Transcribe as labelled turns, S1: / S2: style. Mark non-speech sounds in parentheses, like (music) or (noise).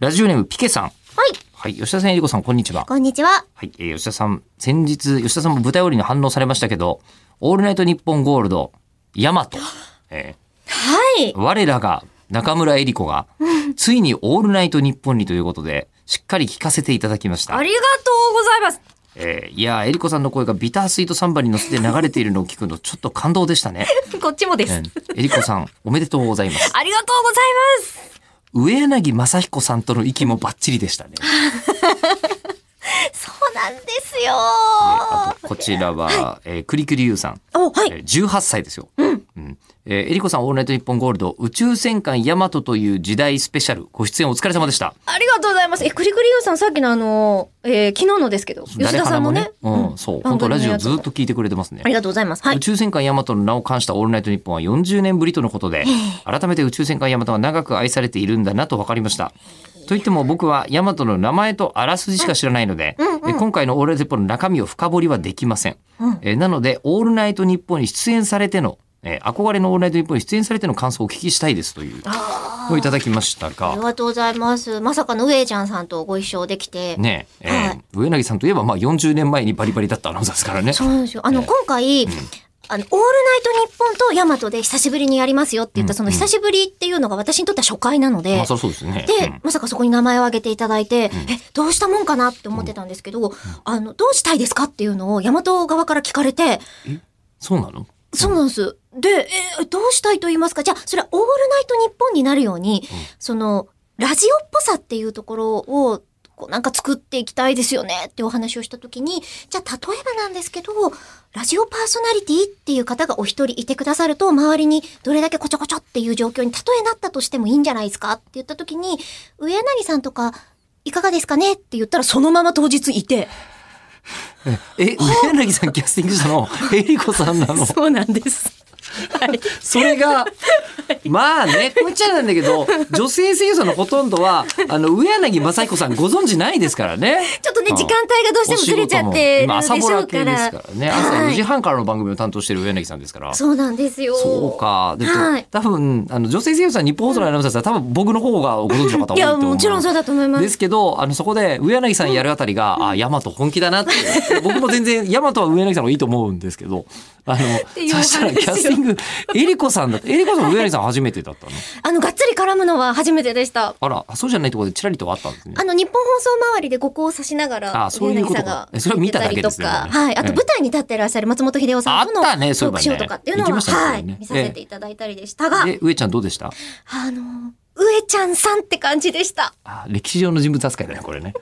S1: ラジオネームピケさん。
S2: はい、
S1: はい、吉田さん、えりこさん、こんにちは。
S2: こんにちは。
S1: はい、えー吉田さん、先日、吉田さんも舞台折りに反応されましたけど、オールナイトニッポンゴールド、ヤマ (laughs) ト、え
S2: はい
S1: ー、。我らが中村えり子が、ついにオールナイトニッポンにということで、しっかり聞かせていただきました
S2: あ。りがとうございます。 (laughs)
S1: えーいやー、えりこさんの声がビタースイートサンバに乗せて流れているのを聞くの、ちょっと感動でした (laughs) ね。
S2: こっちもです。
S1: うんえりこさん、おめでとうございます。
S2: ありがとうございます。
S1: 上柳正彦さんとの息もバッチリでしたね。
S2: そうなんです
S1: (laughs)
S2: よ。
S1: あとこちらは、えー、クリクリユウさん。
S2: お、は
S1: え
S2: い。
S1: ー18歳ですよ。うん。えーえりこさん、オールナイトニッポンゴールド、宇宙戦艦ヤマトという時代スペシャル、ご出演お疲れ様でした。
S2: ありがとうございます。え、クリクリユーさん、さっきのあの、えー昨日のですけど、吉田さんもね。
S1: 誰からもうん、そう。本当ラジオずっ。と聞いてくれてますね
S2: あ。りがとうございます。は
S1: 宇
S2: い。
S1: 宙戦艦ヤマトの名を冠したオールナイトニッポンは40年ぶりとのことで、改めて宇宙戦艦ヤマトは長く愛されているんだなと分かりました。といっても僕はヤマトの名前とあらすじしか知らないので、え今回のオールナイトニッポンの中身を深掘りはできません。えなので、オールナイトニッポンに出演されての、え憧れのオールナイトニッポンに出演されての感想をお聞きしたいですというをいただきました
S2: あり
S1: が、
S2: がとうございます。まさかの上ちゃんさんとご一緒できて。
S1: ねえ、えー
S2: はい
S1: 上柳さんといえばまあ40年前にバリバリだったアナウンサーですからね。
S2: そうなんですよ。あの、
S1: ええ
S2: 今回、あの、オールナイトニッポンとヤマトで久しぶりにやりますよって言った、
S1: うん
S2: その久しぶりっていうのが私にとっては初回なので、
S1: まあそりゃそうですね。
S2: で、
S1: うん
S2: まさかそこに名前を挙げていただいて、え、どうしたもんかなって思ってたんですけど、あの、どうしたいですかっていうのを大和側から聞かれて、
S1: そうなの
S2: そうなんです。で、え、どうしたいと言いますかじゃあ、それはオールナイト日本になるように、その、ラジオっぽさっていうところを、こうなんか作っていきたいですよねってお話をしたときに、じゃあ例えばなんですけど、ラジオパーソナリティっていう方がお一人いてくださると、周りにどれだけこちょこちょっていう状況にたとえなったとしてもいいんじゃないですかって言ったときに、上柳さんとか、いかがですかねって言ったらそのまま当日いて。
S1: え、上柳さんキャスティングした (laughs) の、えりこさんなの。
S2: そうなんです。はい。
S1: それが、まあね、こう言っちゃなんだけど、女性声優さんのほとんどは、あの、上柳正彦さんご存知ないですからね。
S2: ちょっとね、
S1: うん
S2: 時間帯がどうしてもずれちゃってる
S1: お仕事も今朝
S2: で
S1: ボ
S2: しょ
S1: ラ
S2: う
S1: 系
S2: か
S1: です
S2: ら。
S1: からね。朝
S2: はい
S1: 4時半からの番組を担当してる上柳さんですから。
S2: そうなんですよ。
S1: そうか。で、
S2: はい
S1: 多分、あの、女性声優さん、日本放送のアナウンサーさん、多分僕の方がご存知の方多
S2: い
S1: いと
S2: や、
S1: 思う。
S2: もちろんそうだと思いま。
S1: ですすけど、あの、そこで、上柳さんやるあたりが、あ、ヤマト本気だなって。僕も全然、ヤ (laughs) マトは上柳さんの方がいいと思うんですけど、あ
S2: いう
S1: の、そしたら
S2: お話
S1: キ
S2: よ
S1: ャスティング、えりこさんだって、えりこさん上柳さん初めてだったの
S2: あの、がっつり絡むのは初めてでした。
S1: あら、あそうじゃないところでチラリとはあったんですね
S2: あ。の、日本放送周りでご交差しながら、
S1: あそういうことか
S2: 上柳さんが
S1: えそれは見ただけですね
S2: 出たりとかはい。あ
S1: え
S2: と、
S1: え
S2: 舞台に立ってらっしゃる松本秀夫さんとの
S1: あっ
S2: ト
S1: たねそういえ
S2: ー
S1: ば
S2: ク
S1: ね
S2: ショーとかっていうの
S1: 行き
S2: は、
S1: ましたね
S2: は
S1: そ
S2: い。
S1: れね
S2: 見させていただいたりでしたが、
S1: で、上ちゃんどうでした
S2: あの、上ちゃんさんって感じでした。
S1: あ歴史上の人物扱いだね、これね。